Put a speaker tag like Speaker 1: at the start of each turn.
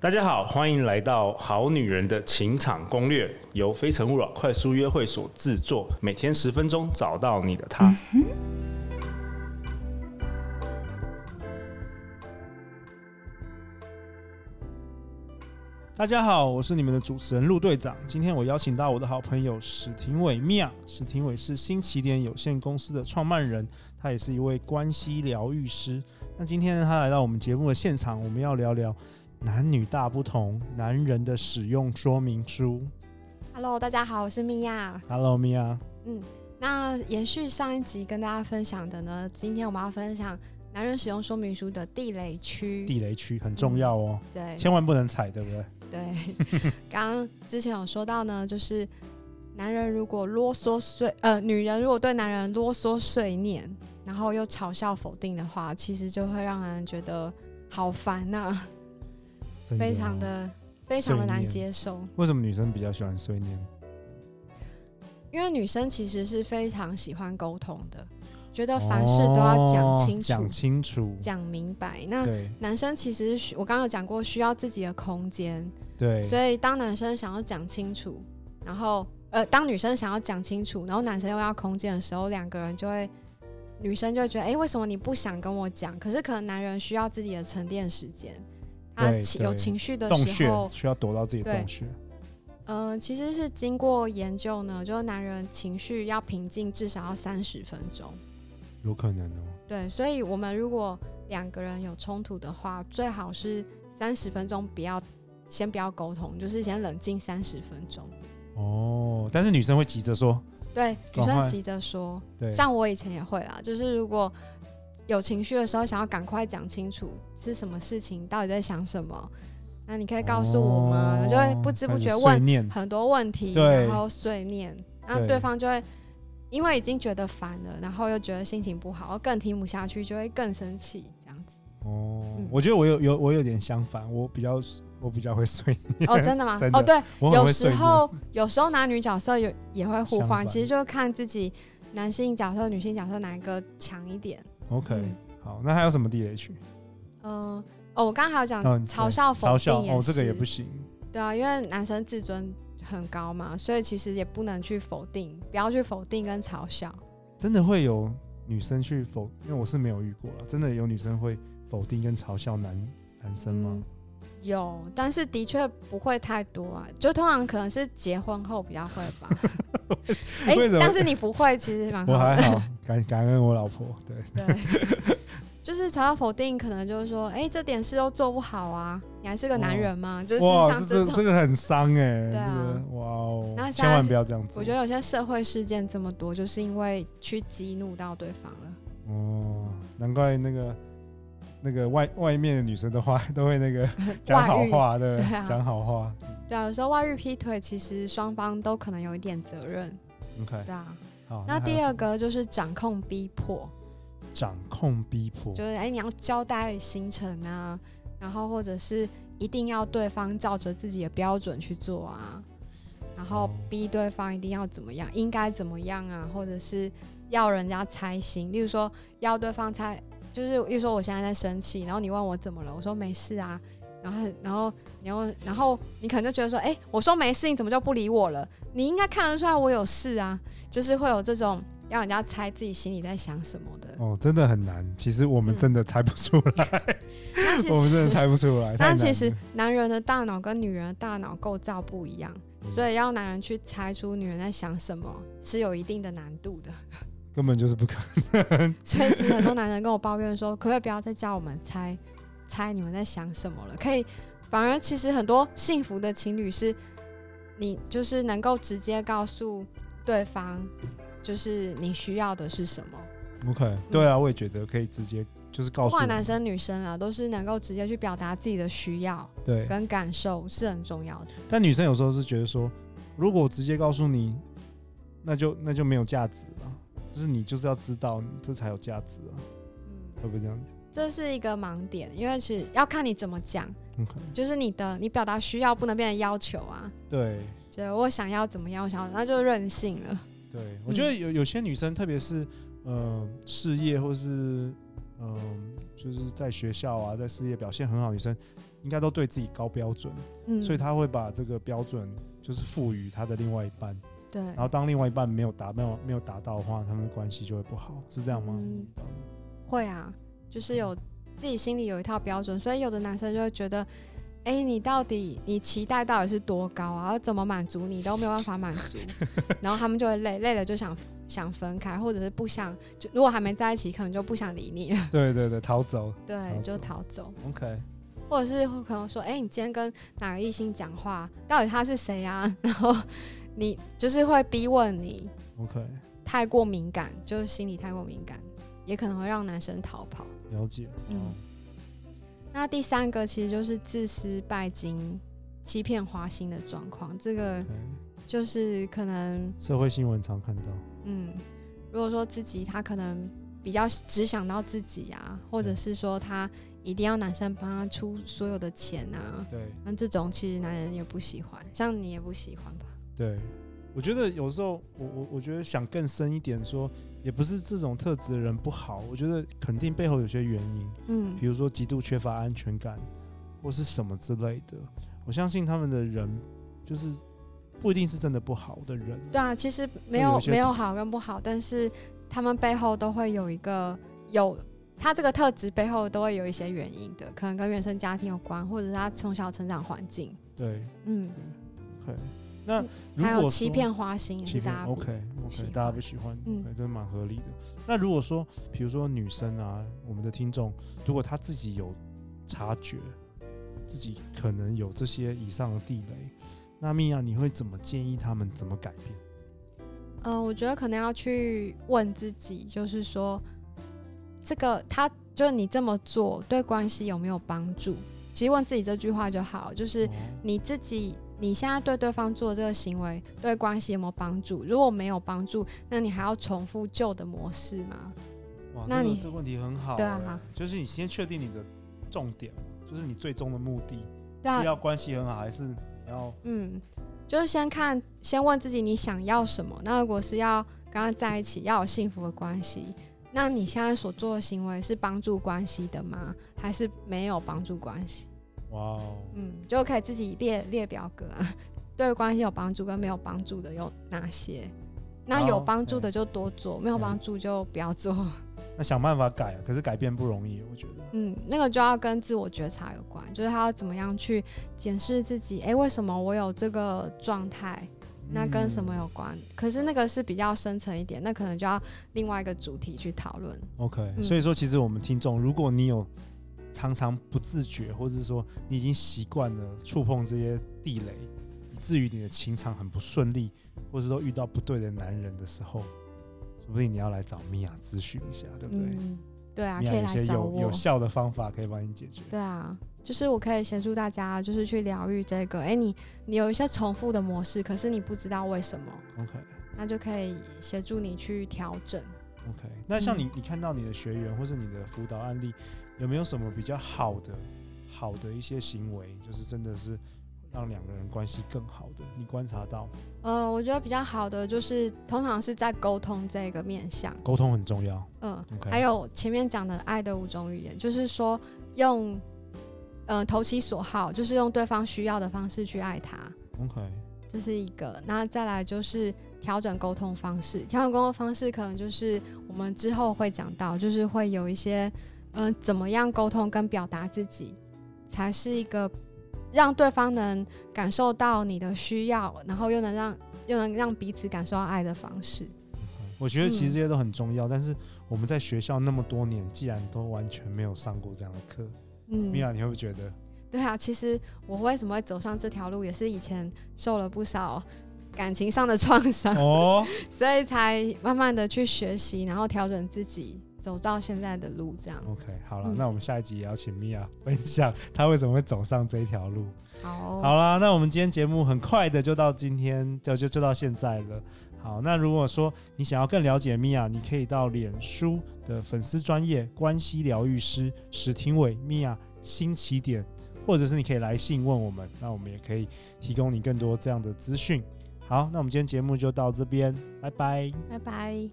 Speaker 1: 大家好，欢迎来到《好女人的情场攻略》，由非诚勿扰快速约会所制作，每天十分钟，找到你的他。
Speaker 2: 大家好，我是你们的主持人陆队长。今天我邀请到我的好朋友史廷伟米娅。史廷伟是新起点有限公司的创办人，他也是一位关系疗愈师。那今天呢，他来到我们节目的现场，我们要聊聊男女大不同，男人的使用说明书。
Speaker 3: Hello，大家好，我是米娅。
Speaker 2: Hello，米娅。
Speaker 3: 那延续上一集跟大家分享的呢，今天我们要分享男人使用说明书的地雷区。
Speaker 2: 地雷区很重要哦，
Speaker 3: 对
Speaker 2: 千万不能踩，对不对？
Speaker 3: 对， 刚刚之前有说到呢，就是男人如果啰嗦碎，呃，女人如果对男人啰嗦碎念，然后又嘲笑否定的话，其实就会让男人觉得好烦呐、
Speaker 2: 真
Speaker 3: 非常
Speaker 2: 哦。
Speaker 3: 的非常的
Speaker 2: 碎
Speaker 3: 难
Speaker 2: 念
Speaker 3: 接受。
Speaker 2: 为什么女生比较喜欢碎念？
Speaker 3: 因为女生其实是非常喜欢沟通的，觉得凡事都要讲清
Speaker 2: 哦
Speaker 3: 楚、
Speaker 2: 讲清楚。
Speaker 3: 讲明白。那
Speaker 2: 对
Speaker 3: 男生其实需我刚刚有讲过，需要自己的空间，
Speaker 2: 对，
Speaker 3: 所以当男生想要讲清楚，然后呃，当女生想要讲清楚，然后男生又要空间的时候，两个人就会，女生就会觉得，哎、为什么你不想跟我讲？可是可能男人需要自己的沉淀时间，他
Speaker 2: 对
Speaker 3: 情
Speaker 2: 对
Speaker 3: 有情绪的
Speaker 2: 洞
Speaker 3: 时
Speaker 2: 穴
Speaker 3: 候，
Speaker 2: 需要躲到自己的
Speaker 3: 对
Speaker 2: 洞穴。
Speaker 3: 嗯、其实是经过研究呢，就是男人情绪要平静至少要三十分钟。
Speaker 2: 有可能哦。
Speaker 3: 对，所以我们如果两个人有冲突的话，最好是三十分钟不要先不要沟通，就是先冷静三十分钟。
Speaker 2: 哦，但是女生会急着说，
Speaker 3: 对，女
Speaker 2: 赶快
Speaker 3: 生急着说，
Speaker 2: 哦对，
Speaker 3: 像我以前也会啦，就是如果有情绪的时候，想要赶快讲清楚是什么事情，到底在想什么，那你可以告诉我吗？就会不知不觉
Speaker 2: 哦开始碎
Speaker 3: 问
Speaker 2: 念，
Speaker 3: 很多问题，
Speaker 2: 对
Speaker 3: 然后碎念，那
Speaker 2: 对
Speaker 3: 对方就会因为已经觉得烦了，然后又觉得心情不好，更听不下去，就会更生气这样子。
Speaker 2: 哦，
Speaker 3: 嗯
Speaker 2: 我觉得我有有我有点相反，我比较我比较会碎念，
Speaker 3: 哦，真的吗？
Speaker 2: 真的
Speaker 3: 哦，对，
Speaker 2: 我很
Speaker 3: 有
Speaker 2: 会
Speaker 3: 时
Speaker 2: 碎念
Speaker 3: 候有时候男女角色有也会互
Speaker 2: 相
Speaker 3: 换，
Speaker 2: 反
Speaker 3: 其实就看自己男性角色、女性角色哪一个强一点。
Speaker 2: OK，、
Speaker 3: 嗯
Speaker 2: 好，那还有什么 DH？
Speaker 3: 嗯、哦，我刚刚还有讲
Speaker 2: 嗯对
Speaker 3: 嘲笑、否
Speaker 2: 嘲笑
Speaker 3: 定也
Speaker 2: 哦，这个也
Speaker 3: 是
Speaker 2: 不行，
Speaker 3: 对啊，因为男生自尊很高嘛，所以其实也不能去否定，不要去否定跟嘲笑。
Speaker 2: 真的会有女生去否，因为我是没有遇过了，真的有女生会否定跟嘲笑男男生吗
Speaker 3: 嗯？有，但是的确不会太多啊，就通常可能是结婚后比较会 吧。哎、
Speaker 2: 为什么
Speaker 3: 但是你不会，其实蛮好
Speaker 2: 我
Speaker 3: 的。
Speaker 2: 还 好，感感恩我老婆，对，
Speaker 3: 对， 就是嘲笑否定，可能就是说，哎、这点事都做不好啊，你还是个男人吗？就是
Speaker 2: 哇，
Speaker 3: 像
Speaker 2: 这
Speaker 3: 种，
Speaker 2: 这个很伤哎、
Speaker 3: 对啊
Speaker 2: 这个哇哦
Speaker 3: 那，现
Speaker 2: 千
Speaker 3: 在
Speaker 2: 万
Speaker 3: 是
Speaker 2: 不要这样做，
Speaker 3: 我觉得有些社会事件这么多，就是因为去激怒到对方了。
Speaker 2: 哦，难怪那个那个外外面的女生的话 都会那个讲好
Speaker 3: 外遇
Speaker 2: 话，对不
Speaker 3: 对啊
Speaker 2: 讲好话。
Speaker 3: 对啊，有时候外遇、劈腿，其实双方都可能有一点责任。
Speaker 2: OK，
Speaker 3: 对啊，
Speaker 2: 好。
Speaker 3: 那
Speaker 2: 还有
Speaker 3: 第
Speaker 2: 什
Speaker 3: 二
Speaker 2: 么
Speaker 3: 个就是掌控、逼迫，
Speaker 2: 掌控逼迫
Speaker 3: 就是哎、诶你要交代行程啊，然后或者是一定要对方照着自己的标准去做啊，然后
Speaker 2: 哦
Speaker 3: 逼对方一定要怎么样，应该怎么样啊，或者是要人家猜心，例如说要对方猜，就是例如说我现在在生气，然后你问我怎么了，我说没事啊。然后，然后你又，然后你可能就觉得说，哎、我说没事，你怎么就不理我了？你应该看得出来我有事啊，就是会有这种让人家猜自己心里在想什么的。
Speaker 2: 哦，真的很难。其实我们
Speaker 3: 嗯
Speaker 2: 真的猜不出来，
Speaker 3: 那其
Speaker 2: 我们真的
Speaker 3: 实，
Speaker 2: 猜不出 来。太
Speaker 3: 那
Speaker 2: 难
Speaker 3: 其实
Speaker 2: 了
Speaker 3: 男人的大脑跟女人的大脑构造不一样，
Speaker 2: 嗯
Speaker 3: 所以要男人去猜出女人在想什么是有一定的难度 的。
Speaker 2: 根本就是不可能。
Speaker 3: 所以其实很多男人跟我抱怨说，可不可以不要再叫我们猜猜你们在想什么了？可以，反而其实很多幸福的情侣是，你就是能够直接告诉对方，就是你需要的是什么。
Speaker 2: OK，对
Speaker 3: 嗯
Speaker 2: 啊，我也觉得可以直接就是告
Speaker 3: 不
Speaker 2: 诉我
Speaker 3: 管男生女生啊，都是能够直接去表达自己的需要
Speaker 2: 对，
Speaker 3: 跟感受是很重要的。
Speaker 2: 但女生有时候是觉得说，如果我直接告诉你，那就那就没有价值了。就是你就是要知道，这才有价值啊，
Speaker 3: 嗯，
Speaker 2: 会不会这样子
Speaker 3: 这是一个盲点，因为其实要看你怎么讲，
Speaker 2: ？OK，
Speaker 3: 就是你的你表达需要不能变成要求啊。
Speaker 2: 对。
Speaker 3: 就我想要怎么样，我想要那就任性了。
Speaker 2: 对，我觉
Speaker 3: 嗯
Speaker 2: 得有有些女生，特别是呃事业或是嗯、呃就是在学校啊，在事业表现很好的女生，应应该都对自己高标准，
Speaker 3: 嗯，
Speaker 2: 所以他会把这个标准就是赋予他的另外一半，
Speaker 3: 对，
Speaker 2: 然后当另外一半没有达没有没有达到的话，他们的关系就会不好，是这样吗？
Speaker 3: 嗯会啊，就是有
Speaker 2: 嗯
Speaker 3: 自己心里有一套标准，所以有的男生就会觉得，哎、你到底你期待到底是多高啊？要怎么满足你都没有办法 满足，然后他们就会累，累了就想想分开，或者是不想，就如果还没在一起，可能就不想理你了，
Speaker 2: 对对对，逃走。
Speaker 3: 对，就
Speaker 2: 逃
Speaker 3: 逃走，
Speaker 2: OK，
Speaker 3: 或者是可能说，哎、你今天跟哪个异性讲话，到底他是谁啊？ 然后你就是会逼问你，
Speaker 2: OK，
Speaker 3: 太过敏感，就是心里太过敏感，也可能会让男生逃跑。
Speaker 2: 了解。
Speaker 3: 嗯，那第三个其实就是自私、拜金、欺骗、花心的状况。这个
Speaker 2: OK，
Speaker 3: 就是可能，
Speaker 2: 社会新闻常看到。
Speaker 3: 嗯，如果说自己他可能比较只想到自己啊，或者是说他一定要男生帮他出所有的钱啊，
Speaker 2: 对
Speaker 3: 那这种其实男人也不喜欢，像你也不喜欢吧？
Speaker 2: 对，我觉得有时候我我我觉得想更深一点说，也不是这种特质的人不好，我觉得肯定背后有些原因。
Speaker 3: 嗯
Speaker 2: 比如说极度缺乏安全感，或是什么之类的。我相信他们的人就是不一定是真的不好的人，
Speaker 3: 对啊，其实没
Speaker 2: 有
Speaker 3: 有
Speaker 2: 一些
Speaker 3: 没有好跟不好，但是他们背后都会有一个有他这个特质背后都会有一些原因的，可能跟原生家庭有关，或者是他从小成长环境，
Speaker 2: 对
Speaker 3: 嗯，
Speaker 2: ，OK。那如
Speaker 3: 还
Speaker 2: 果
Speaker 3: 有
Speaker 2: 说
Speaker 3: 欺骗花心也
Speaker 2: 欺
Speaker 3: 是
Speaker 2: 骗
Speaker 3: 大家不
Speaker 2: ，OK
Speaker 3: 喜
Speaker 2: OK，
Speaker 3: 欢
Speaker 2: 大家不喜欢，
Speaker 3: 嗯
Speaker 2: OK，这蛮合理的。那如果说，比如说女生啊，我们的听众，如果她自己有察觉，自己可能有这些以上的地雷，那米娅，你会怎么建议他们怎么改变？
Speaker 3: 嗯，我觉得可能要去问自己，就是说，这个他就是你这么做对关系有没有帮助？其实问自己这句话就好，就是
Speaker 2: 哦
Speaker 3: 你自己你现在对对方做这个行为对关系有没有帮助？如果没有帮助，那你还要重复旧的模式吗？
Speaker 2: 哇，
Speaker 3: 那
Speaker 2: 这个
Speaker 3: 你
Speaker 2: 这个问题很好、欸
Speaker 3: 对啊，
Speaker 2: 就是你先确定你的重点嘛，就是你最终的目的
Speaker 3: 对
Speaker 2: 是
Speaker 3: 啊，
Speaker 2: 要关系很好，还是你要
Speaker 3: 嗯，就是先看，先问自己你想要什么。那如果是要跟他在一起，要有幸福的关系，那你现在所做的行为是帮助关系的吗？还是没有帮助关系？
Speaker 2: 哇哦，
Speaker 3: 嗯，就可以自己列列表格 啊，对关系有帮助跟没有帮助的有哪些？那有
Speaker 2: 好
Speaker 3: 帮助
Speaker 2: 哦对
Speaker 3: 的就多做，没有帮助就不要做。
Speaker 2: 那想办法改啊，可是改变不容易，我觉得。
Speaker 3: 嗯，那个就要跟自我觉察有关，就是他要怎么样去检视自己，诶，为什么我有这个状态？那
Speaker 2: 嗯
Speaker 3: 跟什么有关？可是那个是比较深层一点，那可能就要另外一个主题去讨论。
Speaker 2: OK，、
Speaker 3: 嗯
Speaker 2: 所以说其实我们听众，如果你有常常不自觉，或者是说你已经习惯了触碰这些地雷，以至于你的情场很不顺利，或者说遇到不对的男人的时候，说不定你要来找米娅咨询一下，对不对？
Speaker 3: 嗯，对啊，
Speaker 2: 米
Speaker 3: 可
Speaker 2: 娅
Speaker 3: 以
Speaker 2: 有
Speaker 3: 来
Speaker 2: 些
Speaker 3: 找
Speaker 2: 有有
Speaker 3: 我。
Speaker 2: 效的方法可以帮你解决。
Speaker 3: 对啊，就是我可以协助大家，就是去疗愈这个。诶，你你有一些重复的模式，可是你不知道为什么，
Speaker 2: OK
Speaker 3: 那就可以协助你去调整。
Speaker 2: OK，那像
Speaker 3: 嗯
Speaker 2: 你、你看到你的学员或是你的辅导案例，有没有什么比较好的好的一些行为，就是真的是让两个人关系更好的？你观察到
Speaker 3: 呃，我觉得比较好的就是通常是在沟通这个面向，
Speaker 2: 沟通很重要。
Speaker 3: 嗯、
Speaker 2: OK，
Speaker 3: 还有前面讲的爱的五种语言，就是说用，呃，投其所好，就是用对方需要的方式去爱他，
Speaker 2: OK，
Speaker 3: 这是一个。那再来就是调整沟通方式，调整沟通方式可能就是我们之后会讲到，就是会有一些，嗯、怎么样沟通跟表达自己，才是一个让对方能感受到你的需要，然后又能让又能让彼此感受到爱的方式。
Speaker 2: 我觉得其实
Speaker 3: 嗯
Speaker 2: 这些都很重要，但是我们在学校那么多年，既然都完全没有上过这样的课，
Speaker 3: 嗯，
Speaker 2: 米娅、你会不会觉 得
Speaker 3: 对啊，其实我为什么会走上这条路，也是以前受了不少感情上的创伤，
Speaker 2: 哦？
Speaker 3: 所以才慢慢的去学习，然后调整自己，走到现在的路这样。
Speaker 2: OK，好了，
Speaker 3: 嗯
Speaker 2: 那我们下一集也要请米娅分享她为什么会走上这一条路。
Speaker 3: 好，
Speaker 2: 好啦，那我们今天节目很快的就到今天，就就就到现在了。好，那如果说你想要更了解米娅，你可以到脸书的粉丝专业关系疗愈师史廷伟米娅新起点，或者是你可以来信问我们，那我们也可以提供你更多这样的资讯。好，那我们今天节目就到这边，拜拜。
Speaker 3: 拜拜。